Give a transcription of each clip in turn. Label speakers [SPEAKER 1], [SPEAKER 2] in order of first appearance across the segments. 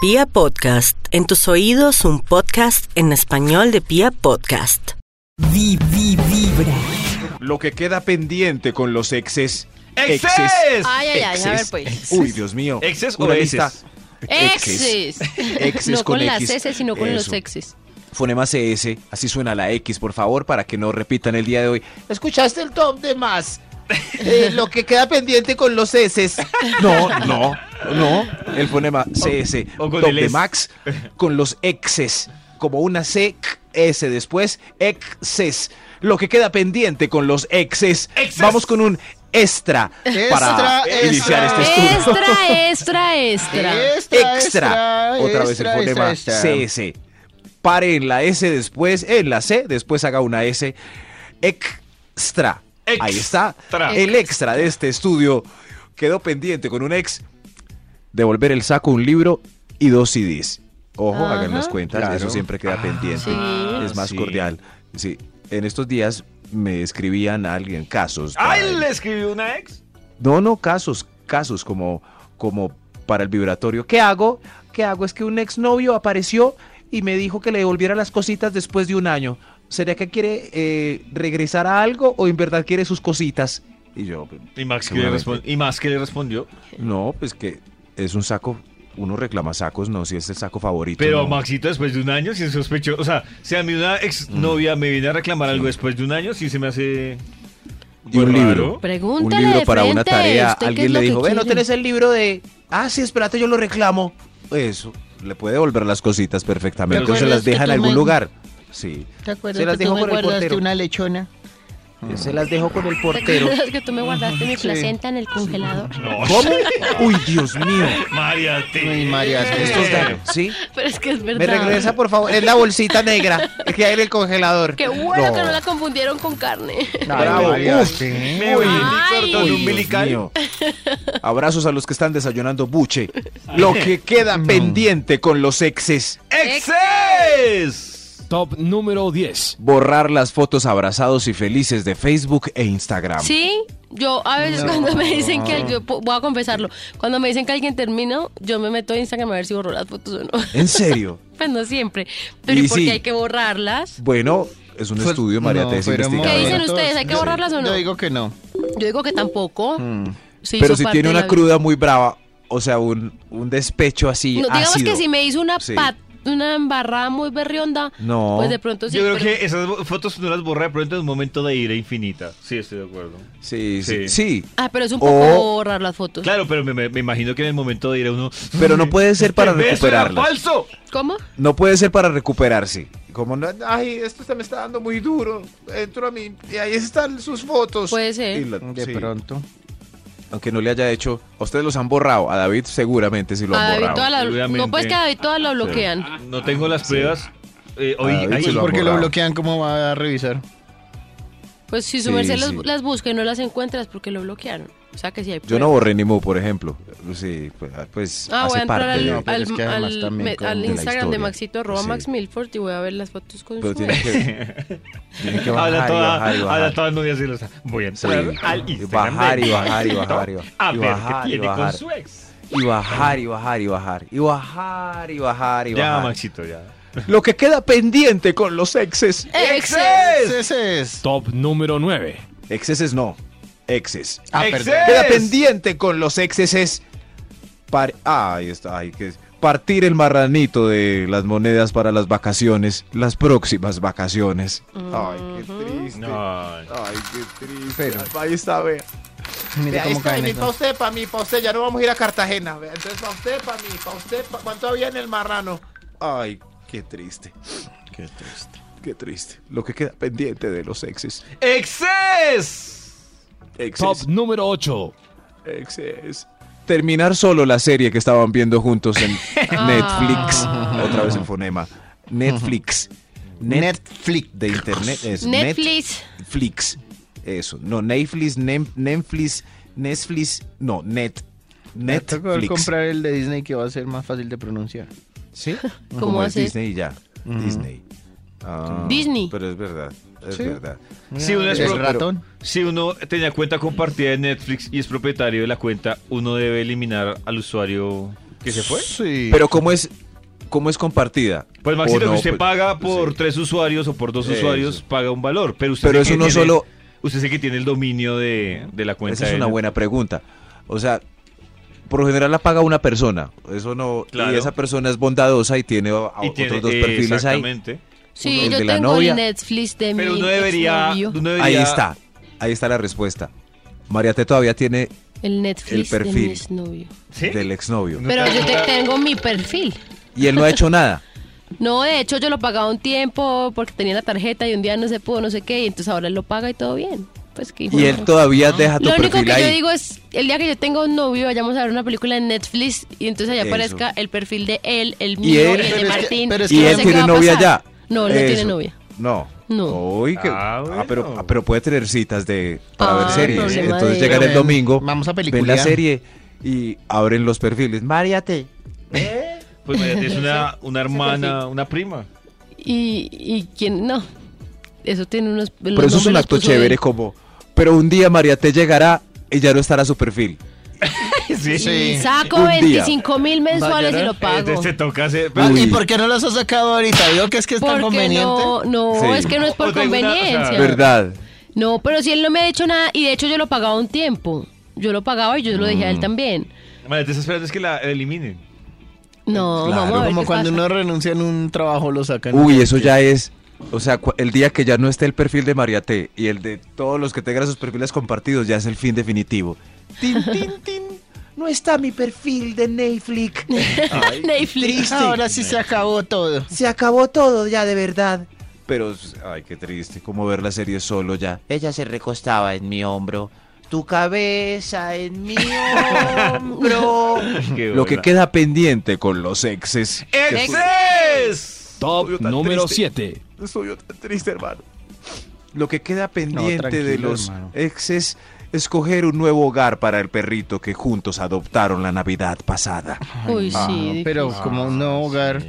[SPEAKER 1] Pia Podcast, en tus oídos un podcast en español de Pia Podcast.
[SPEAKER 2] Vi, vi, vibra.
[SPEAKER 3] Lo que queda pendiente con los exes.
[SPEAKER 4] ¡Exes!
[SPEAKER 5] Ay, ay, ay, a ver,
[SPEAKER 3] exes,
[SPEAKER 5] pues.
[SPEAKER 3] exes. Uy, Dios mío.
[SPEAKER 4] ¿Exes o
[SPEAKER 3] Una
[SPEAKER 4] exes?
[SPEAKER 3] lista.
[SPEAKER 5] Exes.
[SPEAKER 3] Exes
[SPEAKER 5] no con,
[SPEAKER 3] con
[SPEAKER 5] las
[SPEAKER 3] X.
[SPEAKER 5] S, sino con los
[SPEAKER 3] Eso.
[SPEAKER 5] exes.
[SPEAKER 3] Fonema CS, así suena la X, por favor, para que no repitan el día de hoy.
[SPEAKER 6] ¿Escuchaste el top de más? Eh, lo que queda pendiente con los heces.
[SPEAKER 3] No, no, no. El fonema CS,
[SPEAKER 4] o con
[SPEAKER 3] top
[SPEAKER 4] el
[SPEAKER 3] de
[SPEAKER 4] es.
[SPEAKER 3] Max, con los exes, como una C, S después, exes. Lo que queda pendiente con los exes.
[SPEAKER 4] Exes.
[SPEAKER 3] Vamos con un extra, para
[SPEAKER 6] Extra,
[SPEAKER 3] iniciar este
[SPEAKER 6] extra.
[SPEAKER 3] estudio.
[SPEAKER 5] Extra, extra, extra.
[SPEAKER 3] extra. Otra vez el fonema CS. Pare en la S después, en la C, después haga una S. Extra.
[SPEAKER 4] Extra.
[SPEAKER 3] Ahí está.
[SPEAKER 4] Extra.
[SPEAKER 3] El extra de este estudio quedó pendiente con un ex. Devolver el saco, un libro y dos CDs. Ojo,
[SPEAKER 5] Ajá.
[SPEAKER 3] hagan las cuentas,
[SPEAKER 6] Claro.
[SPEAKER 3] eso siempre queda pendiente.
[SPEAKER 5] sí.
[SPEAKER 3] Es más
[SPEAKER 4] sí.
[SPEAKER 3] cordial. Sí, en estos días me escribían a alguien casos. para
[SPEAKER 4] ¡Ay,
[SPEAKER 3] el-
[SPEAKER 4] le escribió una ex!
[SPEAKER 3] no, no, casos, casos como, como para el vibratorio. ¿Qué hago? ¿Qué hago? Es que un exnovio apareció y me dijo que le devolviera las cositas después de un año. ¿Sería que quiere eh, regresar a algo o en verdad quiere sus cositas? Y yo,
[SPEAKER 4] ¿Y Max
[SPEAKER 3] que le respon-
[SPEAKER 4] ¿Y Max que le respondió?
[SPEAKER 3] no, pues que es un saco. Uno reclama sacos, no, si es el saco favorito.
[SPEAKER 4] Pero
[SPEAKER 3] no.
[SPEAKER 4] Maxito, después de un año, si es sospechoso. O sea, si a mí una ex novia me viene a reclamar algo después Mm. de un año, si se me hace. pues
[SPEAKER 3] Y un
[SPEAKER 4] raro.
[SPEAKER 3] libro.
[SPEAKER 5] Pregúntale
[SPEAKER 3] un libro
[SPEAKER 5] de
[SPEAKER 3] para una
[SPEAKER 5] frente,
[SPEAKER 3] tarea.
[SPEAKER 5] ¿usted qué es
[SPEAKER 3] Alguien
[SPEAKER 5] lo
[SPEAKER 3] le
[SPEAKER 5] que
[SPEAKER 3] dijo, ve, no
[SPEAKER 5] quiere?"
[SPEAKER 3] tenés el libro de. Ah, sí, espérate, yo lo reclamo. Eso. Le puede devolver las cositas perfectamente.
[SPEAKER 4] Pero
[SPEAKER 3] Entonces
[SPEAKER 6] ¿te
[SPEAKER 3] las
[SPEAKER 6] acuerdas
[SPEAKER 3] deja en
[SPEAKER 6] que tu
[SPEAKER 3] algún
[SPEAKER 6] man-
[SPEAKER 3] lugar. Sí.
[SPEAKER 6] ¿Te acuerdas
[SPEAKER 3] Se las
[SPEAKER 6] que
[SPEAKER 3] dejo
[SPEAKER 6] tú me
[SPEAKER 3] por el
[SPEAKER 6] guardaste
[SPEAKER 3] portero.
[SPEAKER 6] una lechona?
[SPEAKER 3] Yo Se las dejo con el
[SPEAKER 5] ¿Te
[SPEAKER 3] portero.
[SPEAKER 5] acuerdas que tú me guardaste mi
[SPEAKER 6] Sí.
[SPEAKER 5] placenta en el congelador?
[SPEAKER 4] No,
[SPEAKER 3] ¿Cómo? Uy, Dios mío.
[SPEAKER 4] María, te-
[SPEAKER 6] Ay, María,
[SPEAKER 3] Esto es daño, ¿sí?
[SPEAKER 5] Pero es que es verdad.
[SPEAKER 6] Me regresa, por favor. Es la bolsita negra que hay en el congelador.
[SPEAKER 5] Qué bueno que
[SPEAKER 3] No.
[SPEAKER 5] no la confundieron con carne.
[SPEAKER 3] Bravo.
[SPEAKER 6] María,
[SPEAKER 3] Uf.
[SPEAKER 4] Me voy
[SPEAKER 5] Ay.
[SPEAKER 4] cortón
[SPEAKER 5] Uy,
[SPEAKER 3] Dios
[SPEAKER 4] umbilical.
[SPEAKER 3] mío. Abrazos a los que están desayunando buche. Lo que queda pendiente con los exes.
[SPEAKER 4] ¡Exes!
[SPEAKER 7] Top número 10.
[SPEAKER 3] Borrar las fotos abrazados y felices de Facebook e Instagram.
[SPEAKER 5] Sí, yo a veces cuando me dicen que yo po- voy a confesarlo, cuando me dicen que alguien terminó, yo me meto a Instagram a ver si borro las fotos o no.
[SPEAKER 3] ¿En serio?
[SPEAKER 5] Pues no siempre. Pero ¿y
[SPEAKER 3] Y
[SPEAKER 5] por
[SPEAKER 3] sí.
[SPEAKER 5] qué hay que borrarlas?
[SPEAKER 3] Bueno, es un
[SPEAKER 6] Fue-
[SPEAKER 3] estudio, María
[SPEAKER 6] Pues, no,
[SPEAKER 3] Teresa
[SPEAKER 6] fueron
[SPEAKER 3] investigadora.
[SPEAKER 5] ¿Qué dicen
[SPEAKER 6] Todos.
[SPEAKER 5] ustedes? ¿Hay que borrarlas o no?
[SPEAKER 6] Yo digo que no.
[SPEAKER 5] Yo digo que tampoco. Se hizo
[SPEAKER 3] Mm. Pero si
[SPEAKER 5] parte
[SPEAKER 3] tiene
[SPEAKER 5] de
[SPEAKER 3] una
[SPEAKER 5] la vida.
[SPEAKER 3] cruda muy brava, o sea, un, un despecho así
[SPEAKER 5] No, digamos
[SPEAKER 3] ácido.
[SPEAKER 5] que si me hizo una
[SPEAKER 3] Sí.
[SPEAKER 5] pat- una embarrada muy berrionda,
[SPEAKER 3] No.
[SPEAKER 5] pues de pronto sí.
[SPEAKER 4] Yo creo
[SPEAKER 5] pero-
[SPEAKER 4] que esas bo- fotos no las borra de pronto en un momento de ira infinita. Sí, estoy de acuerdo.
[SPEAKER 3] Sí, sí,
[SPEAKER 4] Sí.
[SPEAKER 3] sí.
[SPEAKER 5] Ah, pero es un
[SPEAKER 3] O-
[SPEAKER 5] poco borrar las fotos.
[SPEAKER 4] Claro, pero me, me- me imagino que en el momento de ira uno.
[SPEAKER 3] Pero
[SPEAKER 6] Mm.
[SPEAKER 3] no puede ser para
[SPEAKER 4] "Este beso era
[SPEAKER 3] recuperarlas.
[SPEAKER 4] ¡Falso!
[SPEAKER 5] ¿Cómo?
[SPEAKER 3] No puede ser para recuperarse. Como no,
[SPEAKER 6] Ay, esto se me está dando muy duro. Entro a mí y ahí están sus
[SPEAKER 4] Pues,
[SPEAKER 6] fotos.
[SPEAKER 5] Puede
[SPEAKER 3] y
[SPEAKER 5] ser.
[SPEAKER 3] la-
[SPEAKER 6] de
[SPEAKER 3] sí,
[SPEAKER 6] pronto.
[SPEAKER 3] Aunque no le haya hecho. A ustedes los han borrado. A David seguramente sí lo
[SPEAKER 5] A
[SPEAKER 3] han
[SPEAKER 5] David
[SPEAKER 3] borrado.
[SPEAKER 5] todas la-
[SPEAKER 4] seguramente.
[SPEAKER 5] no, pues que a David todas la bloquean.
[SPEAKER 4] No tengo las pruebas. Eh, hoy,
[SPEAKER 3] Ah,
[SPEAKER 4] ahí-
[SPEAKER 3] se
[SPEAKER 6] ¿Y
[SPEAKER 3] lo han
[SPEAKER 6] por qué lo
[SPEAKER 3] borrado.
[SPEAKER 6] bloquean? ¿Cómo va a revisar?
[SPEAKER 5] Pues si su
[SPEAKER 3] Sí,
[SPEAKER 5] merced
[SPEAKER 3] sí.
[SPEAKER 5] Las, las busca y no las encuentras porque lo bloquearon. O sea que sí hay
[SPEAKER 3] Yo no
[SPEAKER 5] pruebas.
[SPEAKER 3] borré ni mu, por ejemplo. Sí, pues, pues,
[SPEAKER 5] Ah, voy a
[SPEAKER 3] hace
[SPEAKER 5] entrar
[SPEAKER 3] parte. pues
[SPEAKER 5] al,
[SPEAKER 3] de-
[SPEAKER 6] No, pero
[SPEAKER 5] al-
[SPEAKER 6] es que además
[SPEAKER 5] al-
[SPEAKER 6] también
[SPEAKER 5] me-
[SPEAKER 6] con-
[SPEAKER 5] al
[SPEAKER 3] de la
[SPEAKER 5] Instagram de
[SPEAKER 3] historia.
[SPEAKER 5] Maxito, arroba
[SPEAKER 3] Sí.
[SPEAKER 5] Max Milford y voy a ver las fotos con
[SPEAKER 3] Pero
[SPEAKER 5] su
[SPEAKER 3] tiene
[SPEAKER 5] ex.
[SPEAKER 3] que, tiene que bajar,
[SPEAKER 4] Habla
[SPEAKER 3] y bajar
[SPEAKER 4] toda,
[SPEAKER 3] y
[SPEAKER 4] habla
[SPEAKER 3] bajar.
[SPEAKER 4] toda novia celosa. Voy a
[SPEAKER 3] Sí.
[SPEAKER 4] entrar al
[SPEAKER 3] Y
[SPEAKER 4] Instagram.
[SPEAKER 3] bajar
[SPEAKER 4] de
[SPEAKER 3] y bajar y
[SPEAKER 4] Maxito
[SPEAKER 3] bajar y bajar.
[SPEAKER 4] A
[SPEAKER 3] y
[SPEAKER 4] ver
[SPEAKER 3] bajar,
[SPEAKER 4] qué
[SPEAKER 3] y
[SPEAKER 4] tiene con
[SPEAKER 3] bajar.
[SPEAKER 4] su ex.
[SPEAKER 3] Y bajar y bajar y bajar. Y bajar y bajar y
[SPEAKER 4] Ya,
[SPEAKER 3] bajar.
[SPEAKER 4] Maxito, ya.
[SPEAKER 3] Lo que queda pendiente con los exes.
[SPEAKER 5] ¡Exes!
[SPEAKER 6] Ese es.
[SPEAKER 7] Top número 9.
[SPEAKER 3] Exceses no. Exes.
[SPEAKER 6] Ah,
[SPEAKER 4] ¡Exes!
[SPEAKER 6] perdón.
[SPEAKER 3] Queda pendiente con los exes es. par- ah, ahí está, ahí que es. Partir el marranito de las monedas para las vacaciones, las próximas vacaciones. Ay, qué triste.
[SPEAKER 4] No.
[SPEAKER 3] Ay, qué triste.
[SPEAKER 6] Pero-
[SPEAKER 3] Ahí está, vea.
[SPEAKER 6] Mira cómo caen
[SPEAKER 8] Para
[SPEAKER 6] esos.
[SPEAKER 8] usted, para mí, para usted, ya no vamos a ir a Cartagena. vea. Entonces, para usted, para mí, para usted, pa- ¿cuánto había en el marrano?
[SPEAKER 3] Ay, qué triste. Qué triste. Qué triste. Lo que queda pendiente de los exes.
[SPEAKER 4] ¡Exes!
[SPEAKER 7] Top
[SPEAKER 3] Exes.
[SPEAKER 7] número 8.
[SPEAKER 3] Exes. Terminar solo la serie que estaban viendo juntos en Netflix.
[SPEAKER 5] Ah.
[SPEAKER 3] Otra vez el fonema. Netflix. Net
[SPEAKER 6] Netflix.
[SPEAKER 3] de internet es
[SPEAKER 5] Netflix.
[SPEAKER 3] Netflix. Eso. No, Netflix, Nem- Netflix, Netflix. No, Net.
[SPEAKER 6] Me tocó
[SPEAKER 3] Netflix.
[SPEAKER 6] comprar el de Disney que va a ser más fácil de pronunciar.
[SPEAKER 3] ¿Sí?
[SPEAKER 5] ¿Cómo
[SPEAKER 3] Como es
[SPEAKER 5] hace?
[SPEAKER 3] Disney y ya. Disney. Ah,
[SPEAKER 5] Disney.
[SPEAKER 3] Pero es verdad. Es
[SPEAKER 6] Sí.
[SPEAKER 3] verdad.
[SPEAKER 4] Si uno, es
[SPEAKER 6] el
[SPEAKER 4] pro-
[SPEAKER 6] ratón.
[SPEAKER 4] si uno tenía cuenta compartida de Netflix y es propietario de la cuenta, uno debe eliminar al usuario ¿Que se fue?
[SPEAKER 6] Sí.
[SPEAKER 3] Pero ¿cómo es, cómo es compartida?
[SPEAKER 4] Pues Maxito,
[SPEAKER 3] ¿O no?
[SPEAKER 4] que usted
[SPEAKER 3] Pues-
[SPEAKER 4] paga por
[SPEAKER 3] sí.
[SPEAKER 4] tres usuarios o por dos
[SPEAKER 3] Eso.
[SPEAKER 4] usuarios, paga un valor. Pero usted
[SPEAKER 3] Pero
[SPEAKER 4] sí
[SPEAKER 3] es
[SPEAKER 4] que
[SPEAKER 3] uno
[SPEAKER 4] tiene-
[SPEAKER 3] solo.
[SPEAKER 4] Usted sí que tiene el dominio de, de la cuenta.
[SPEAKER 3] Esa es
[SPEAKER 4] de
[SPEAKER 3] una
[SPEAKER 4] él.
[SPEAKER 3] buena pregunta. O sea, por lo general la paga una persona. Eso no.
[SPEAKER 4] Claro.
[SPEAKER 3] Y esa persona es bondadosa y tiene, a-
[SPEAKER 4] Y
[SPEAKER 3] otros
[SPEAKER 4] tiene-
[SPEAKER 3] dos perfiles ahí.
[SPEAKER 4] Exactamente.
[SPEAKER 5] Sí,
[SPEAKER 3] el
[SPEAKER 5] yo
[SPEAKER 3] de la
[SPEAKER 5] tengo
[SPEAKER 3] novia.
[SPEAKER 5] el Netflix de
[SPEAKER 4] Pero
[SPEAKER 5] mi
[SPEAKER 4] uno debería,
[SPEAKER 5] exnovio.
[SPEAKER 4] uno debería-
[SPEAKER 3] Ahí está. Ahí está la respuesta. Mariate todavía tiene
[SPEAKER 5] El Netflix
[SPEAKER 3] El
[SPEAKER 5] de mi
[SPEAKER 3] perfil.
[SPEAKER 5] exnovio.
[SPEAKER 4] ¿Sí?
[SPEAKER 3] del exnovio.
[SPEAKER 4] No
[SPEAKER 5] Pero
[SPEAKER 4] tengo-
[SPEAKER 5] yo te- tengo mi perfil.
[SPEAKER 3] Y él no ha hecho nada.
[SPEAKER 5] No, de hecho yo lo pagaba un tiempo porque tenía la tarjeta y un día no se pudo, no sé qué, y entonces ahora él lo paga y todo bien. Pues que
[SPEAKER 3] Y él todavía deja tu
[SPEAKER 5] Lo único
[SPEAKER 3] perfil
[SPEAKER 5] que yo
[SPEAKER 3] ahí.
[SPEAKER 5] digo es, el día que yo tenga un novio, vayamos a ver una película en Netflix y entonces allá
[SPEAKER 3] Eso.
[SPEAKER 5] aparezca el perfil de él, el mío, y
[SPEAKER 3] él-
[SPEAKER 5] el
[SPEAKER 6] Pero
[SPEAKER 5] de
[SPEAKER 6] es que-
[SPEAKER 5] Martín.
[SPEAKER 6] pero es
[SPEAKER 5] yo
[SPEAKER 3] y
[SPEAKER 5] no
[SPEAKER 3] él
[SPEAKER 5] sé qué
[SPEAKER 3] tiene
[SPEAKER 5] va a
[SPEAKER 3] novia
[SPEAKER 5] pasar.
[SPEAKER 3] ya.
[SPEAKER 5] No, él no tiene
[SPEAKER 3] Eso.
[SPEAKER 5] novia.
[SPEAKER 3] No.
[SPEAKER 5] No.
[SPEAKER 3] Uy, que-
[SPEAKER 4] Ah,
[SPEAKER 3] ah,
[SPEAKER 4] bueno.
[SPEAKER 3] pero, ah, pero puede tener citas de para
[SPEAKER 5] Ah,
[SPEAKER 3] ver
[SPEAKER 5] el
[SPEAKER 3] series.
[SPEAKER 5] problema
[SPEAKER 3] Entonces
[SPEAKER 5] de-
[SPEAKER 3] llegan el
[SPEAKER 6] Pero ven,
[SPEAKER 3] domingo,
[SPEAKER 6] vamos a
[SPEAKER 3] ven la
[SPEAKER 6] peliculear.
[SPEAKER 3] serie y abren los perfiles.
[SPEAKER 6] Mariate.
[SPEAKER 4] Pues María, es una, una hermana, una prima.
[SPEAKER 5] Y, y quién, no. Eso tiene unos...
[SPEAKER 3] Pero eso es un acto chévere como, pero un día María te llegará y ya no estará su perfil.
[SPEAKER 4] Sí.
[SPEAKER 6] Sí.
[SPEAKER 5] Saco
[SPEAKER 3] Un día.
[SPEAKER 5] 25 mil mensuales y lo pago.
[SPEAKER 4] Entonces Eh, te toca hacer.
[SPEAKER 6] Ah, ¿Y
[SPEAKER 3] Uy.
[SPEAKER 6] por qué no los has sacado ahorita? Digo que es que es tan
[SPEAKER 5] Porque
[SPEAKER 6] conveniente.
[SPEAKER 5] no, no,
[SPEAKER 3] Sí.
[SPEAKER 5] es que no es por
[SPEAKER 4] O tengo una- o sea,
[SPEAKER 5] conveniencia.
[SPEAKER 3] ¿Verdad?
[SPEAKER 5] No, pero si él no me ha hecho nada, y de hecho yo lo pagaba un tiempo. Yo lo pagaba y yo lo
[SPEAKER 3] Mm.
[SPEAKER 5] dejé a él también.
[SPEAKER 4] María, te estás esperando es que la eliminen.
[SPEAKER 5] No,
[SPEAKER 3] Claro.
[SPEAKER 5] vamos a ver
[SPEAKER 6] Como
[SPEAKER 5] qué
[SPEAKER 6] cuando
[SPEAKER 5] pasa.
[SPEAKER 6] uno renuncia en un trabajo, lo sacan.
[SPEAKER 3] Uy, eso ya es. O sea, cu- el día que ya no esté el perfil de María T y el de todos los que tengan sus perfiles compartidos, ya es el fin definitivo.
[SPEAKER 8] Tin, tin, tin. No está mi perfil de Netflix.
[SPEAKER 5] Netflix.
[SPEAKER 6] Ahora sí se acabó todo.
[SPEAKER 8] Se acabó todo ya de verdad.
[SPEAKER 3] Pero, s- ay, qué triste, como ver la serie solo ya.
[SPEAKER 8] Ella se recostaba en mi hombro. Tu cabeza en mi hombro.
[SPEAKER 3] Lo que queda pendiente con los exes.
[SPEAKER 4] ¡Exes!
[SPEAKER 7] Top
[SPEAKER 3] Obvio, tan
[SPEAKER 7] número
[SPEAKER 3] triste.
[SPEAKER 7] 7.
[SPEAKER 3] Estoy yo tan triste, hermano. Lo que queda pendiente de
[SPEAKER 6] tranquilo,
[SPEAKER 3] los
[SPEAKER 6] hermano.
[SPEAKER 3] exes es coger un nuevo hogar para el perrito que juntos adoptaron la Navidad pasada.
[SPEAKER 5] Uy,
[SPEAKER 3] Ah,
[SPEAKER 5] sí.
[SPEAKER 6] Ah, Pero como un nuevo hogar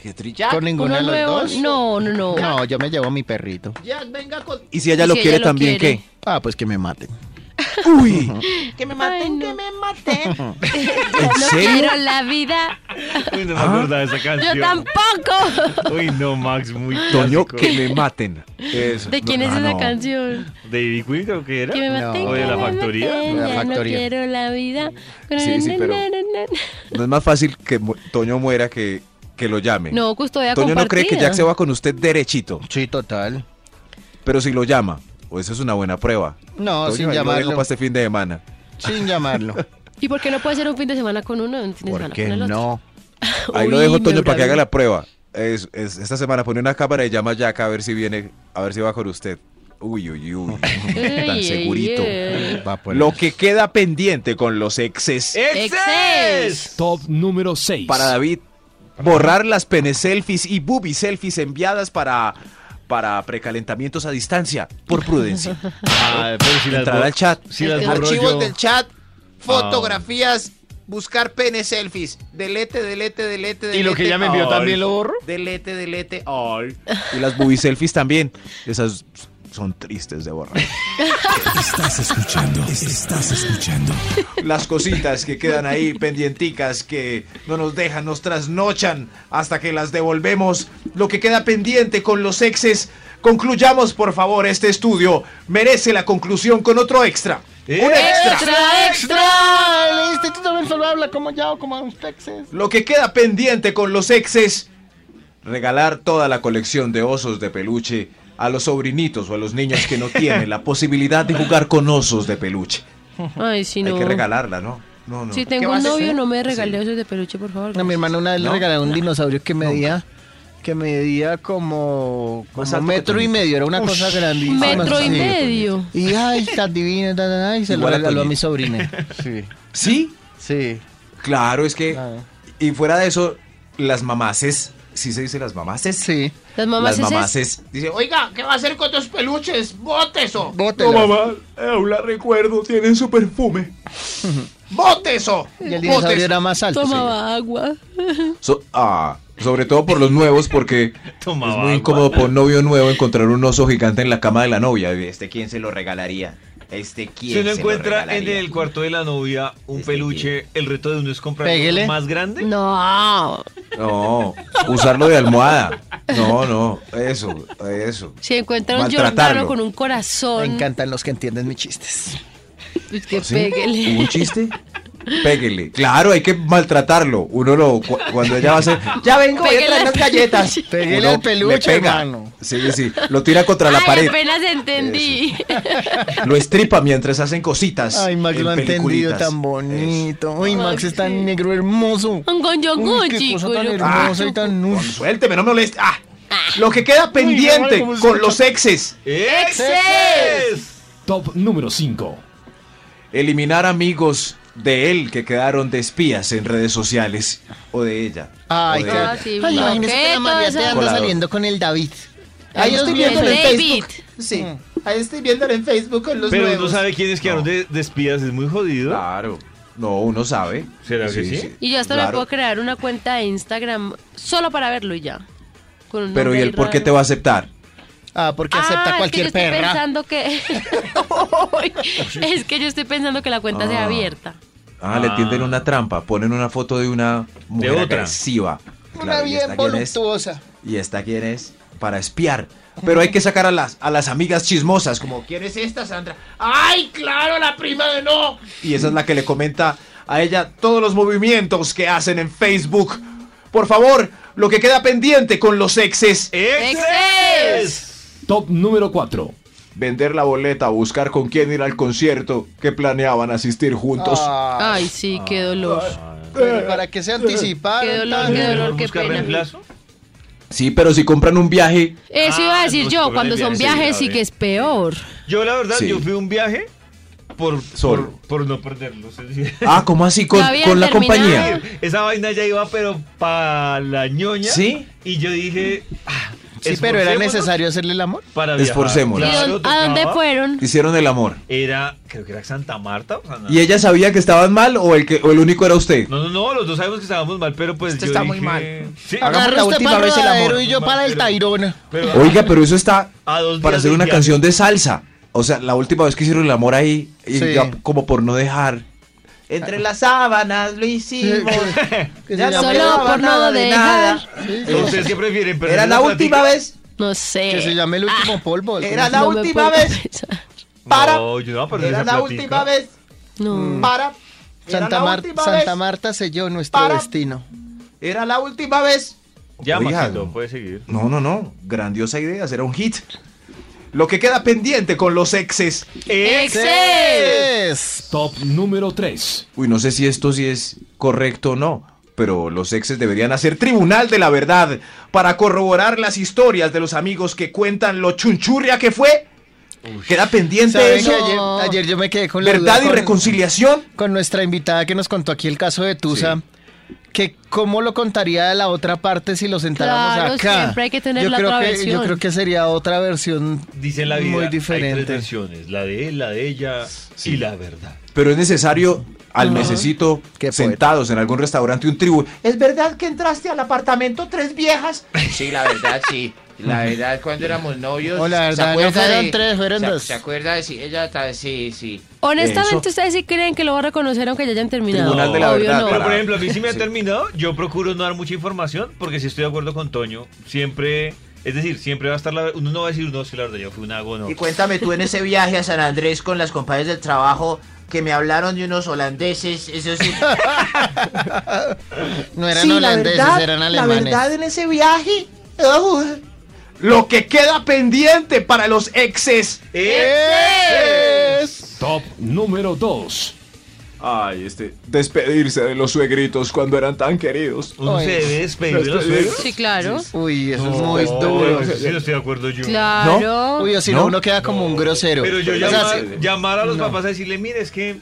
[SPEAKER 3] Qué
[SPEAKER 6] con ninguno de
[SPEAKER 5] Uno
[SPEAKER 6] los
[SPEAKER 5] nuevo-
[SPEAKER 6] dos.
[SPEAKER 5] No, no, no.
[SPEAKER 6] No, yo me llevo a mi perrito.
[SPEAKER 8] Jack, venga con...
[SPEAKER 3] Y si ella
[SPEAKER 5] Y
[SPEAKER 3] lo
[SPEAKER 5] si
[SPEAKER 3] quiere
[SPEAKER 5] ella lo
[SPEAKER 3] también,
[SPEAKER 5] quiere.
[SPEAKER 6] Ah, pues que me maten.
[SPEAKER 3] ¿qué? ¡Uy!
[SPEAKER 8] Que me
[SPEAKER 5] Ay,
[SPEAKER 8] maten,
[SPEAKER 5] no.
[SPEAKER 8] que me maten.
[SPEAKER 5] no
[SPEAKER 3] serio?
[SPEAKER 5] quiero la vida.
[SPEAKER 4] Uy, no me acordaba de esa canción.
[SPEAKER 5] Yo tampoco.
[SPEAKER 4] Uy, no, Max, muy
[SPEAKER 3] Toño,
[SPEAKER 4] clásico.
[SPEAKER 3] que me maten. Eso.
[SPEAKER 5] ¿De quién
[SPEAKER 3] No,
[SPEAKER 5] es
[SPEAKER 3] ah,
[SPEAKER 5] esa
[SPEAKER 3] no.
[SPEAKER 5] canción?
[SPEAKER 4] ¿David Queen creo que era?
[SPEAKER 5] Que me
[SPEAKER 6] No.
[SPEAKER 5] maten,
[SPEAKER 4] ¿O de
[SPEAKER 5] que
[SPEAKER 4] la
[SPEAKER 5] me
[SPEAKER 4] factoría?
[SPEAKER 5] maten,
[SPEAKER 6] De la
[SPEAKER 5] ya
[SPEAKER 6] factoría.
[SPEAKER 5] No quiero la vida.
[SPEAKER 3] Sí, sí, pero- No es más fácil que mu- Toño muera que, que lo llame.
[SPEAKER 5] No, custodia
[SPEAKER 3] Toño no cree que
[SPEAKER 5] compartida.
[SPEAKER 3] Jack se va con usted derechito,
[SPEAKER 6] Sí, total.
[SPEAKER 3] pero si lo llama, o eso es una buena prueba.
[SPEAKER 6] No,
[SPEAKER 3] Toño,
[SPEAKER 6] sin
[SPEAKER 3] ahí lo dejo
[SPEAKER 6] llamarlo.
[SPEAKER 3] para este fin de semana.
[SPEAKER 6] Sin llamarlo.
[SPEAKER 5] ¿Y por qué no puede ser un fin de semana con uno y un fin de semana
[SPEAKER 6] ¿Por
[SPEAKER 5] con
[SPEAKER 6] qué
[SPEAKER 5] el otro?
[SPEAKER 6] no?
[SPEAKER 3] Ahí
[SPEAKER 5] Uy,
[SPEAKER 3] lo dejo,
[SPEAKER 5] me
[SPEAKER 3] Toño, para que
[SPEAKER 5] bravé.
[SPEAKER 3] haga la prueba. Es- es- esta semana pone una cámara y llama a Jack a ver si viene, a ver si va con usted. Uy, uy, uy. Tan
[SPEAKER 5] ey,
[SPEAKER 3] segurito.
[SPEAKER 5] ey.
[SPEAKER 6] Va por
[SPEAKER 3] Lo que queda pendiente con los exes.
[SPEAKER 5] ¡Exes!
[SPEAKER 7] Top número 6.
[SPEAKER 3] Para David, borrar las pene selfies y boobie selfies enviadas para, para precalentamientos a distancia, por prudencia.
[SPEAKER 4] Ah, pero si las
[SPEAKER 3] Entrar
[SPEAKER 4] borro-
[SPEAKER 3] al chat.
[SPEAKER 4] Si las borro
[SPEAKER 8] Archivos
[SPEAKER 4] yo.
[SPEAKER 8] del chat,
[SPEAKER 3] Ah.
[SPEAKER 8] fotografías, buscar pene selfies. Delete, delete, delete, delete.
[SPEAKER 4] Y lo que ella me envió
[SPEAKER 8] all.
[SPEAKER 4] también lo borro.
[SPEAKER 8] Delete, delete, all.
[SPEAKER 3] Y las boobie selfies también. Esas son tristes de borrar.
[SPEAKER 2] Estás escuchando. Estás escuchando.
[SPEAKER 3] Las cositas que quedan ahí pendienticas que no nos dejan, nos trasnochan hasta que las devolvemos. Lo que queda pendiente con los exes. Concluyamos, por favor, este estudio. Merece la conclusión con otro extra. ¡Un extra!
[SPEAKER 5] ¡Extra, extra!
[SPEAKER 6] El Instituto Mensalvable, como ya o como a usted, Texas.
[SPEAKER 3] Lo que queda pendiente con los exes. Regalar toda la colección de osos de peluche a los sobrinitos o a los niños que no tienen la posibilidad de jugar con osos de peluche.
[SPEAKER 5] Ay, si no.
[SPEAKER 3] Hay que regalarla, ¿no? No, no.
[SPEAKER 5] Si tengo un novio, no me regale osos de peluche, por favor.
[SPEAKER 6] No, mi hermano una vez le
[SPEAKER 3] ¿No?
[SPEAKER 6] regaló un dinosaurio que medía, que medía como,
[SPEAKER 3] Más
[SPEAKER 6] como
[SPEAKER 3] alto que
[SPEAKER 6] metro y
[SPEAKER 3] Toñito.
[SPEAKER 6] medio, era una cosa grandísima.
[SPEAKER 5] Metro y
[SPEAKER 6] Sí.
[SPEAKER 5] medio.
[SPEAKER 6] Y ay, tan divino, tan, tan, ay, se lo
[SPEAKER 3] Igual a
[SPEAKER 6] regaló a mi
[SPEAKER 3] Toñito.
[SPEAKER 6] sobrina. Sí,
[SPEAKER 3] Sí,
[SPEAKER 6] sí.
[SPEAKER 3] claro, es que.
[SPEAKER 6] Claro.
[SPEAKER 3] Y fuera de eso, las mamaces. ¿Sí se dice las mamaces?
[SPEAKER 6] Sí.
[SPEAKER 5] Las mamás
[SPEAKER 3] las
[SPEAKER 5] esas-
[SPEAKER 3] mamaces.
[SPEAKER 8] Dice, oiga, ¿qué va a hacer con tus peluches? ¡Bote eso!
[SPEAKER 6] Bótela.
[SPEAKER 3] eh, la recuerdo, tienen su perfume.
[SPEAKER 8] ¡Bote eso!
[SPEAKER 6] y el
[SPEAKER 8] ¡Bote
[SPEAKER 6] dinosaurio
[SPEAKER 8] eso!
[SPEAKER 6] era más alto. sí.
[SPEAKER 5] Tomaba agua.
[SPEAKER 3] ah, sobre todo por los nuevos, porque
[SPEAKER 4] Tomaba
[SPEAKER 3] es muy
[SPEAKER 4] agua.
[SPEAKER 3] incómodo por un novio nuevo encontrar un oso gigante en la cama de la novia. ¿Este quién se lo regalaría?
[SPEAKER 8] Este, ¿quién
[SPEAKER 4] Si uno
[SPEAKER 8] se lo
[SPEAKER 4] encuentra en
[SPEAKER 8] regalaría?
[SPEAKER 4] el cuarto de la novia un
[SPEAKER 8] Este
[SPEAKER 4] peluche, el reto de uno es comprar
[SPEAKER 6] Pégale.
[SPEAKER 4] uno más grande.
[SPEAKER 5] Mm. No.
[SPEAKER 3] No, usarlo de almohada. No, no, eso, eso.
[SPEAKER 5] Si encuentra un
[SPEAKER 3] Maltratarlo.
[SPEAKER 5] Giordano con un
[SPEAKER 6] Me
[SPEAKER 5] corazón,
[SPEAKER 6] encantan los que entienden mis chistes.
[SPEAKER 5] pues que
[SPEAKER 3] ¿Sí?
[SPEAKER 5] pégale.
[SPEAKER 3] ¿Hubo un chiste? Péguele. Claro, hay que maltratarlo. Uno lo. cu- cuando ella va a hacer. ¡Ya vengo! Voy a traer las galletas.
[SPEAKER 6] Pégale
[SPEAKER 3] Uno
[SPEAKER 6] al peluche,
[SPEAKER 3] le pega.
[SPEAKER 6] hermano.
[SPEAKER 3] Sí, sí. Lo tira contra la
[SPEAKER 5] Ay,
[SPEAKER 3] pared.
[SPEAKER 5] apenas entendí.
[SPEAKER 3] Lo estripa mientras hacen cositas.
[SPEAKER 6] Ay, Max
[SPEAKER 3] en
[SPEAKER 6] lo ha entendido
[SPEAKER 3] peliculitas.
[SPEAKER 6] tan bonito. Ay, Max es tan negro hermoso.
[SPEAKER 5] Un
[SPEAKER 6] Uy,
[SPEAKER 5] gonjongo,
[SPEAKER 6] qué cosa
[SPEAKER 5] chico.
[SPEAKER 6] tan
[SPEAKER 5] yo-
[SPEAKER 6] hermosa y tan...
[SPEAKER 3] Eso.
[SPEAKER 6] uy.
[SPEAKER 3] Con- Suélteme, no me moleste. Ah, lo que queda pendiente
[SPEAKER 6] cómo se
[SPEAKER 3] con
[SPEAKER 6] escucha.
[SPEAKER 3] los exes.
[SPEAKER 4] ¡Exes!
[SPEAKER 7] Top número 5.
[SPEAKER 3] Eliminar amigos de él que quedaron de espías en redes sociales. O de ella.
[SPEAKER 6] Ay,
[SPEAKER 3] o de
[SPEAKER 6] qué-
[SPEAKER 5] Ah,
[SPEAKER 3] ella.
[SPEAKER 5] sí,
[SPEAKER 6] Ay, imagínese que la
[SPEAKER 5] bloquetos,
[SPEAKER 6] María te anda
[SPEAKER 3] Colador.
[SPEAKER 6] saliendo con el David.
[SPEAKER 5] Ahí estoy
[SPEAKER 6] viendo
[SPEAKER 5] viendo
[SPEAKER 6] en
[SPEAKER 5] en
[SPEAKER 6] Facebook. Mm.
[SPEAKER 5] Facebook.
[SPEAKER 6] Sí.
[SPEAKER 8] Ahí estoy viéndolo en Facebook con los
[SPEAKER 4] Pero uno
[SPEAKER 8] nuevos.
[SPEAKER 4] sabe quiénes quedaron
[SPEAKER 3] No. Ah.
[SPEAKER 4] de, de espías, es muy jodido.
[SPEAKER 3] Claro. No, uno sabe.
[SPEAKER 4] ¿Será que sí?
[SPEAKER 5] Y yo hasta me
[SPEAKER 3] Claro.
[SPEAKER 5] puedo crear una cuenta de Instagram solo para verlo y ya. Con un
[SPEAKER 3] Pero ¿y
[SPEAKER 5] nombre
[SPEAKER 3] él
[SPEAKER 5] ahí
[SPEAKER 3] por qué
[SPEAKER 5] raro.
[SPEAKER 3] te va a aceptar?
[SPEAKER 6] Ah, porque
[SPEAKER 5] Ah,
[SPEAKER 6] acepta cualquier
[SPEAKER 5] es que yo estoy
[SPEAKER 6] perra.
[SPEAKER 5] pensando que... es que yo estoy pensando que la cuenta sea
[SPEAKER 3] Ah.
[SPEAKER 5] abierta.
[SPEAKER 3] Ah, le tienden una trampa, ponen una foto de una mujer
[SPEAKER 4] otra.
[SPEAKER 3] agresiva.
[SPEAKER 6] Una
[SPEAKER 3] Claro, ¿y esta
[SPEAKER 6] bien
[SPEAKER 3] quién es?
[SPEAKER 6] voluptuosa.
[SPEAKER 3] ¿Y esta quién es? Para espiar. Pero hay que sacar a las, a las amigas chismosas, como
[SPEAKER 8] ¿Quién es esta, Sandra? ¡Ay, claro, la prima de no!
[SPEAKER 3] y esa es la que le comenta a ella todos los movimientos que hacen en Facebook. Por favor, lo que queda pendiente con los exes. ¿eh?
[SPEAKER 4] ¡Exes!
[SPEAKER 7] Top número 4.
[SPEAKER 3] Vender la boleta, buscar con quién ir al concierto que planeaban asistir juntos.
[SPEAKER 6] Ah,
[SPEAKER 5] Ay, sí, qué dolor.
[SPEAKER 6] pero para que se
[SPEAKER 5] Qué
[SPEAKER 6] anticiparon.
[SPEAKER 5] dolor,
[SPEAKER 6] tan-
[SPEAKER 5] qué dolor, qué
[SPEAKER 4] ¿Buscar
[SPEAKER 5] pena.
[SPEAKER 4] reemplazo?
[SPEAKER 3] Sí, pero si compran un viaje,
[SPEAKER 5] Eso iba a
[SPEAKER 4] Ah,
[SPEAKER 5] decir
[SPEAKER 4] los
[SPEAKER 5] yo,
[SPEAKER 4] colores
[SPEAKER 5] cuando
[SPEAKER 4] de
[SPEAKER 5] son
[SPEAKER 4] viaje,
[SPEAKER 5] viajes
[SPEAKER 4] sí,
[SPEAKER 5] y
[SPEAKER 4] la
[SPEAKER 5] que
[SPEAKER 4] ve.
[SPEAKER 5] es peor.
[SPEAKER 4] Yo, la verdad,
[SPEAKER 3] Sí.
[SPEAKER 4] yo fui a un viaje por,
[SPEAKER 3] Solo.
[SPEAKER 4] por, por no perderlos. es decir,
[SPEAKER 3] ah, ¿cómo así con,
[SPEAKER 5] Ya habían
[SPEAKER 3] con la
[SPEAKER 5] terminado.
[SPEAKER 3] compañía?
[SPEAKER 4] Esa vaina ya iba, pero para la ñoña.
[SPEAKER 3] ¿Sí?
[SPEAKER 4] Y yo dije. ah,
[SPEAKER 6] Sí, pero era
[SPEAKER 4] esforcémonos
[SPEAKER 6] necesario hacerle el amor.
[SPEAKER 4] Para viajar.
[SPEAKER 3] Esforcémonos.
[SPEAKER 5] ¿Y
[SPEAKER 3] Claro,
[SPEAKER 5] dónde- ¿A
[SPEAKER 4] tocaba.
[SPEAKER 5] dónde fueron?
[SPEAKER 3] Hicieron el amor.
[SPEAKER 4] Era, creo que era Santa Marta. o sea, nada.
[SPEAKER 3] ¿Y ella sabía que estaban mal o el, que, o el único era usted?
[SPEAKER 4] No, no, no, los dos sabemos que estábamos mal, pero pues.
[SPEAKER 8] Esto
[SPEAKER 4] yo
[SPEAKER 8] está
[SPEAKER 4] dije,
[SPEAKER 8] muy mal.
[SPEAKER 4] Sí,
[SPEAKER 6] Agarra
[SPEAKER 4] agarra-
[SPEAKER 6] usted
[SPEAKER 8] última
[SPEAKER 6] para el
[SPEAKER 8] vez el
[SPEAKER 6] rodadero
[SPEAKER 8] amor.
[SPEAKER 6] y yo para el
[SPEAKER 4] Pero-
[SPEAKER 6] Tairona.
[SPEAKER 4] pero-
[SPEAKER 3] Oiga, pero eso está
[SPEAKER 4] A dos
[SPEAKER 3] para
[SPEAKER 4] días
[SPEAKER 3] hacer
[SPEAKER 4] del
[SPEAKER 3] una
[SPEAKER 4] viaje.
[SPEAKER 3] canción de salsa. O sea, la última vez que hicieron el amor ahí, y
[SPEAKER 6] Sí.
[SPEAKER 3] ya como por no dejar.
[SPEAKER 8] Entre las sábanas lo hicimos.
[SPEAKER 6] Que se llama-
[SPEAKER 8] Ya no
[SPEAKER 5] Solo
[SPEAKER 8] quedaba
[SPEAKER 5] por no
[SPEAKER 8] nada de
[SPEAKER 5] dejar.
[SPEAKER 8] nada.
[SPEAKER 4] ¿Ustedes qué prefieren? perder
[SPEAKER 8] Era la última
[SPEAKER 4] plática?
[SPEAKER 8] vez.
[SPEAKER 5] No sé.
[SPEAKER 6] Que se llame el último polvo. algo
[SPEAKER 8] Era
[SPEAKER 6] así.
[SPEAKER 8] la
[SPEAKER 5] No me
[SPEAKER 8] última
[SPEAKER 5] puedo
[SPEAKER 8] vez.
[SPEAKER 5] pensar.
[SPEAKER 8] Para.
[SPEAKER 4] No, yo no voy a perder
[SPEAKER 8] Era
[SPEAKER 4] esa
[SPEAKER 8] la
[SPEAKER 4] plática.
[SPEAKER 8] última vez.
[SPEAKER 6] Mm.
[SPEAKER 5] No.
[SPEAKER 8] Para. Era
[SPEAKER 6] Santa,
[SPEAKER 8] la
[SPEAKER 6] Mar-
[SPEAKER 8] última
[SPEAKER 6] Santa
[SPEAKER 8] vez.
[SPEAKER 6] Marta selló nuestro
[SPEAKER 8] Para.
[SPEAKER 6] destino.
[SPEAKER 8] Era la última vez.
[SPEAKER 4] Ya,
[SPEAKER 3] Oiga.
[SPEAKER 4] Maxito, puedes seguir.
[SPEAKER 3] No, no, no. Grandiosa idea, será un hit. Lo que queda pendiente con los exes.
[SPEAKER 5] ¡Excel!
[SPEAKER 6] Es.
[SPEAKER 7] Top número 3.
[SPEAKER 3] Uy, no sé si esto sí es correcto o no, pero los exes deberían hacer tribunal de la verdad para corroborar las historias de los amigos que cuentan lo chunchurria que fue. Queda pendiente
[SPEAKER 6] ¿Saben
[SPEAKER 3] eso.
[SPEAKER 6] que ayer, ayer yo me quedé con la
[SPEAKER 3] ¿Verdad
[SPEAKER 6] duda
[SPEAKER 3] y
[SPEAKER 6] con-
[SPEAKER 3] reconciliación?
[SPEAKER 6] con nuestra invitada que nos contó aquí el caso de Tusa. Que cómo lo contaría la otra parte si lo sentáramos
[SPEAKER 5] Claro,
[SPEAKER 6] acá.
[SPEAKER 5] siempre hay que tener la
[SPEAKER 6] creo
[SPEAKER 5] otra
[SPEAKER 6] que- Yo
[SPEAKER 5] versión.
[SPEAKER 6] creo que sería otra versión
[SPEAKER 4] Dice la vida.
[SPEAKER 6] muy
[SPEAKER 4] Hay tres
[SPEAKER 6] diferente.
[SPEAKER 4] versiones: la de él, la de ella y la verdad.
[SPEAKER 3] Pero es necesario al necesito
[SPEAKER 6] Qué poeta.
[SPEAKER 3] sentados en algún restaurante un tribu.
[SPEAKER 8] ¿Es verdad que entraste al apartamento tres viejas? Sí, la verdad, sí. La verdad, cuando éramos novios.
[SPEAKER 6] Oh, la
[SPEAKER 8] ¿se
[SPEAKER 6] Mm. verdad, no
[SPEAKER 8] acuerda
[SPEAKER 6] fueron tres, fueron
[SPEAKER 8] se-
[SPEAKER 6] dos.
[SPEAKER 8] ¿Se acuerda de si ella ta- Sí, sí.
[SPEAKER 5] Honestamente,
[SPEAKER 3] Eso.
[SPEAKER 5] ustedes sí creen que lo va a reconocer aunque ya hayan terminado.
[SPEAKER 3] Tribunal
[SPEAKER 4] de la
[SPEAKER 5] Obvio
[SPEAKER 3] verdad,
[SPEAKER 5] no.
[SPEAKER 4] Pero por
[SPEAKER 3] Para-
[SPEAKER 4] ejemplo, a mí sí me ha terminado. Yo procuro no dar mucha información porque si estoy de acuerdo con Toño, siempre. Es decir, siempre va a estar la. Uno no va a decir, no, sí, la verdad, yo fui un hago, no.
[SPEAKER 8] Y cuéntame tú en ese viaje a San Andrés con las compañeras del trabajo que me hablaron de unos holandeses. Eso sí.
[SPEAKER 6] No eran holandeses, eran alemanes.
[SPEAKER 8] en ese viaje. oh,
[SPEAKER 3] Lo que queda pendiente para los exes.
[SPEAKER 7] Top número 2.
[SPEAKER 3] Ay, este. Despedirse de los suegritos cuando eran tan queridos.
[SPEAKER 4] Uno
[SPEAKER 6] Ay.
[SPEAKER 4] se debe despedir de los suegros.
[SPEAKER 5] Sí, claro.
[SPEAKER 6] Uy, eso es muy
[SPEAKER 4] No,
[SPEAKER 6] duro.
[SPEAKER 4] eso Sí, no estoy de acuerdo yo.
[SPEAKER 5] Claro.
[SPEAKER 6] Uy, o si no,
[SPEAKER 3] No.
[SPEAKER 6] uno queda como un grosero.
[SPEAKER 4] Pero yo
[SPEAKER 6] O sea,
[SPEAKER 4] llamar,
[SPEAKER 6] sí,
[SPEAKER 4] llamar a los papás a decirle, mire, es que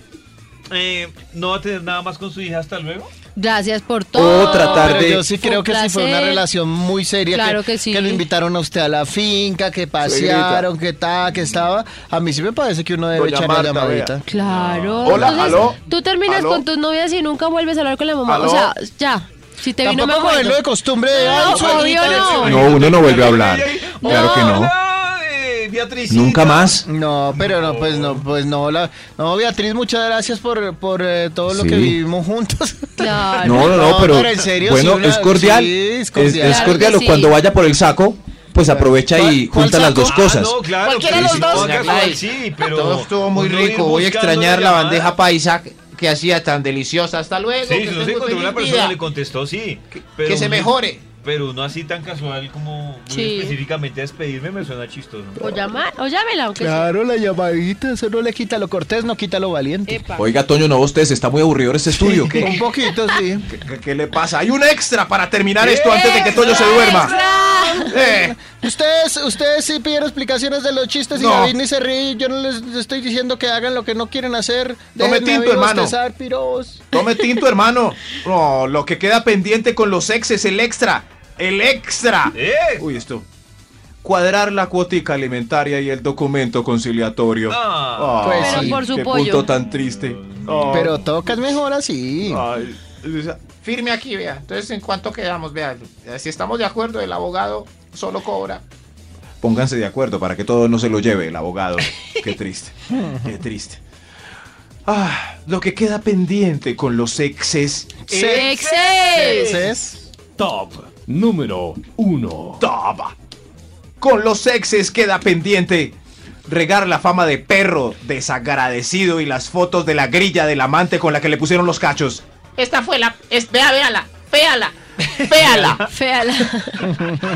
[SPEAKER 4] eh, no va a tener nada más con su hija hasta luego.
[SPEAKER 5] Gracias por todo.
[SPEAKER 3] O tratar
[SPEAKER 6] pero
[SPEAKER 3] de-
[SPEAKER 6] yo sí
[SPEAKER 5] Fue
[SPEAKER 6] creo
[SPEAKER 5] un
[SPEAKER 6] que sí fue una
[SPEAKER 5] placer.
[SPEAKER 6] relación muy seria.
[SPEAKER 5] Claro que sí.
[SPEAKER 6] Que lo invitaron a usted a la finca, que pasearon, que tal, que estaba. A mí sí me parece que uno debe
[SPEAKER 3] Doña
[SPEAKER 6] echar
[SPEAKER 3] Marta,
[SPEAKER 6] la llamadita.
[SPEAKER 3] vea.
[SPEAKER 5] Claro.
[SPEAKER 3] Hola, aló,
[SPEAKER 5] Tú terminas
[SPEAKER 3] aló.
[SPEAKER 5] con tus novias y nunca vuelves a hablar con la mamá.
[SPEAKER 3] Aló.
[SPEAKER 5] O sea, ya. Si te vi, no
[SPEAKER 6] Tampoco
[SPEAKER 5] me
[SPEAKER 6] como
[SPEAKER 5] acuerdo.
[SPEAKER 6] verlo de costumbre de
[SPEAKER 5] No,
[SPEAKER 6] ay,
[SPEAKER 5] obvio
[SPEAKER 6] suegrita,
[SPEAKER 5] no.
[SPEAKER 3] No, uno no vuelve a hablar.
[SPEAKER 4] Ay, ay,
[SPEAKER 3] Claro que no.
[SPEAKER 4] hola, eh, Beatriz.
[SPEAKER 3] Nunca más.
[SPEAKER 6] No, pero no, pues no, pues no, la, no, Beatriz, muchas gracias por, por eh, todo lo
[SPEAKER 3] Sí.
[SPEAKER 6] que vivimos juntos.
[SPEAKER 5] Claro.
[SPEAKER 3] No, no, no,
[SPEAKER 6] Ah, No,
[SPEAKER 3] pero,
[SPEAKER 6] pero en serio,
[SPEAKER 3] bueno,
[SPEAKER 6] sí, una-
[SPEAKER 3] es cordial,
[SPEAKER 6] sí, es
[SPEAKER 3] es es cordial.
[SPEAKER 6] cordial.
[SPEAKER 5] Claro que
[SPEAKER 3] Cuando
[SPEAKER 5] sí.
[SPEAKER 3] vaya por el saco, pues aprovecha y
[SPEAKER 6] ¿Cuál- cuál
[SPEAKER 3] junta las
[SPEAKER 6] saco?
[SPEAKER 3] dos cosas.
[SPEAKER 4] Ah, no, claro. pero
[SPEAKER 5] Cualquiera de los
[SPEAKER 4] sí,
[SPEAKER 5] dos.
[SPEAKER 4] toca
[SPEAKER 8] Doña
[SPEAKER 4] cual-
[SPEAKER 8] Gladys,
[SPEAKER 4] Sí, pero.
[SPEAKER 8] Todo estuvo muy
[SPEAKER 4] uno ir
[SPEAKER 8] rico. Voy a
[SPEAKER 4] buscando
[SPEAKER 8] extrañar la
[SPEAKER 4] llamada.
[SPEAKER 8] bandeja paisa que- que hacía tan deliciosa. Hasta luego.
[SPEAKER 4] Sí,
[SPEAKER 8] que
[SPEAKER 4] si no se
[SPEAKER 8] tenga
[SPEAKER 4] encontró una
[SPEAKER 8] feliz
[SPEAKER 4] persona
[SPEAKER 8] día.
[SPEAKER 4] le contestó, sí.
[SPEAKER 8] que se
[SPEAKER 4] uno-
[SPEAKER 8] mejore.
[SPEAKER 4] Pero no así tan casual como muy
[SPEAKER 5] Sí. Pues
[SPEAKER 4] específicamente a despedirme me suena chistoso.
[SPEAKER 5] O llamar, o llámela, aunque sea.
[SPEAKER 6] Claro, la llamadita, eso no le quita lo cortés, no quita lo valiente.
[SPEAKER 5] Epa.
[SPEAKER 3] Oiga, Toño, no ustedes, está muy aburrido este estudio.
[SPEAKER 6] Un poquito, sí.
[SPEAKER 3] ¿Qué, qué le pasa? Hay un extra para terminar esto antes de que Toño se duerma. Eh,
[SPEAKER 6] Ustedes, ustedes sí pidieron explicaciones de los chistes
[SPEAKER 3] No.
[SPEAKER 6] y David ni se ríe. Yo no les estoy diciendo que hagan lo que no quieren hacer.
[SPEAKER 3] Tome
[SPEAKER 6] Déjenme
[SPEAKER 3] tinto,
[SPEAKER 6] a mí
[SPEAKER 3] hermano.
[SPEAKER 6] bostezar, piros.
[SPEAKER 3] tome tinto, hermano. No, lo que queda pendiente con los exes, el extra. El extra.
[SPEAKER 4] ¡Eh!
[SPEAKER 3] Uy, esto. Cuadrar la cuotica alimentaria y el documento conciliatorio.
[SPEAKER 8] Oh.
[SPEAKER 4] Ah.
[SPEAKER 6] Pues
[SPEAKER 5] Pero
[SPEAKER 6] sí,
[SPEAKER 5] por su
[SPEAKER 3] qué
[SPEAKER 5] pollo.
[SPEAKER 3] punto tan triste.
[SPEAKER 6] Pero tocas mejor así.
[SPEAKER 3] Ay, o sea,
[SPEAKER 8] Firme aquí, vea. Entonces, ¿en cuánto quedamos? Vea, si estamos de acuerdo, el abogado solo cobra.
[SPEAKER 3] pónganse de acuerdo para que todo no se lo lleve el abogado. Qué triste, qué triste. Ah, lo que queda pendiente con los exes.
[SPEAKER 5] ¡Exes!
[SPEAKER 6] Entonces,
[SPEAKER 7] Top número 1.
[SPEAKER 3] Taba. Con los exes queda pendiente regar la fama de perro desagradecido y las fotos de la grilla del amante con la que le pusieron los cachos.
[SPEAKER 8] Esta fue la. Es, vea, véala, véala, véala,
[SPEAKER 5] Feala.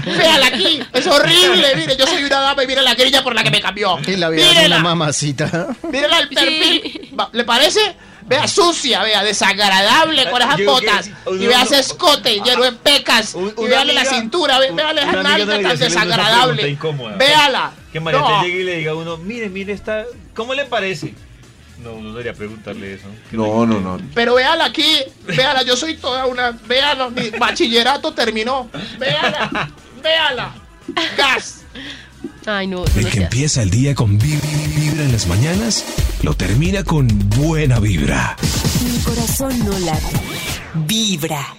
[SPEAKER 8] véala aquí. Es horrible. Mire, yo soy una dama y mire la grilla por la que me cambió.
[SPEAKER 6] y la vida es una
[SPEAKER 8] Mírela.
[SPEAKER 6] mamacita.
[SPEAKER 8] Mírala el perfil. Va- ¿Le parece? Vea, sucia, vea, desagradable con esas
[SPEAKER 4] Yo creo que
[SPEAKER 8] botas.
[SPEAKER 4] sí.
[SPEAKER 8] Y
[SPEAKER 4] Uno-
[SPEAKER 8] vea
[SPEAKER 4] uno-
[SPEAKER 8] ese escote lleno de pecas.
[SPEAKER 4] Un-
[SPEAKER 8] Y
[SPEAKER 4] una
[SPEAKER 8] véale la
[SPEAKER 4] amiga-
[SPEAKER 8] cintura, ve- véale
[SPEAKER 4] una
[SPEAKER 8] esa
[SPEAKER 4] amiga
[SPEAKER 8] nalga
[SPEAKER 4] debería
[SPEAKER 8] tan
[SPEAKER 4] hacerle una pregunta
[SPEAKER 8] desagradable.
[SPEAKER 4] incómoda.
[SPEAKER 8] Véala.
[SPEAKER 4] Que María
[SPEAKER 8] No.
[SPEAKER 4] te llegue y le diga a uno, mire, mire, esta, ¿cómo le parece? No, uno debería preguntarle eso. Que
[SPEAKER 3] No, no, no.
[SPEAKER 8] Pero véala aquí, véala, yo soy toda una. Véala, mi bachillerato terminó. Véala, véala. Gas.
[SPEAKER 5] Ay, no.
[SPEAKER 2] El
[SPEAKER 5] no
[SPEAKER 2] que
[SPEAKER 5] sea.
[SPEAKER 2] empieza el día con vi- vi- vibra en las mañanas, lo termina con buena vibra.
[SPEAKER 1] Mi corazón no late. Vibra.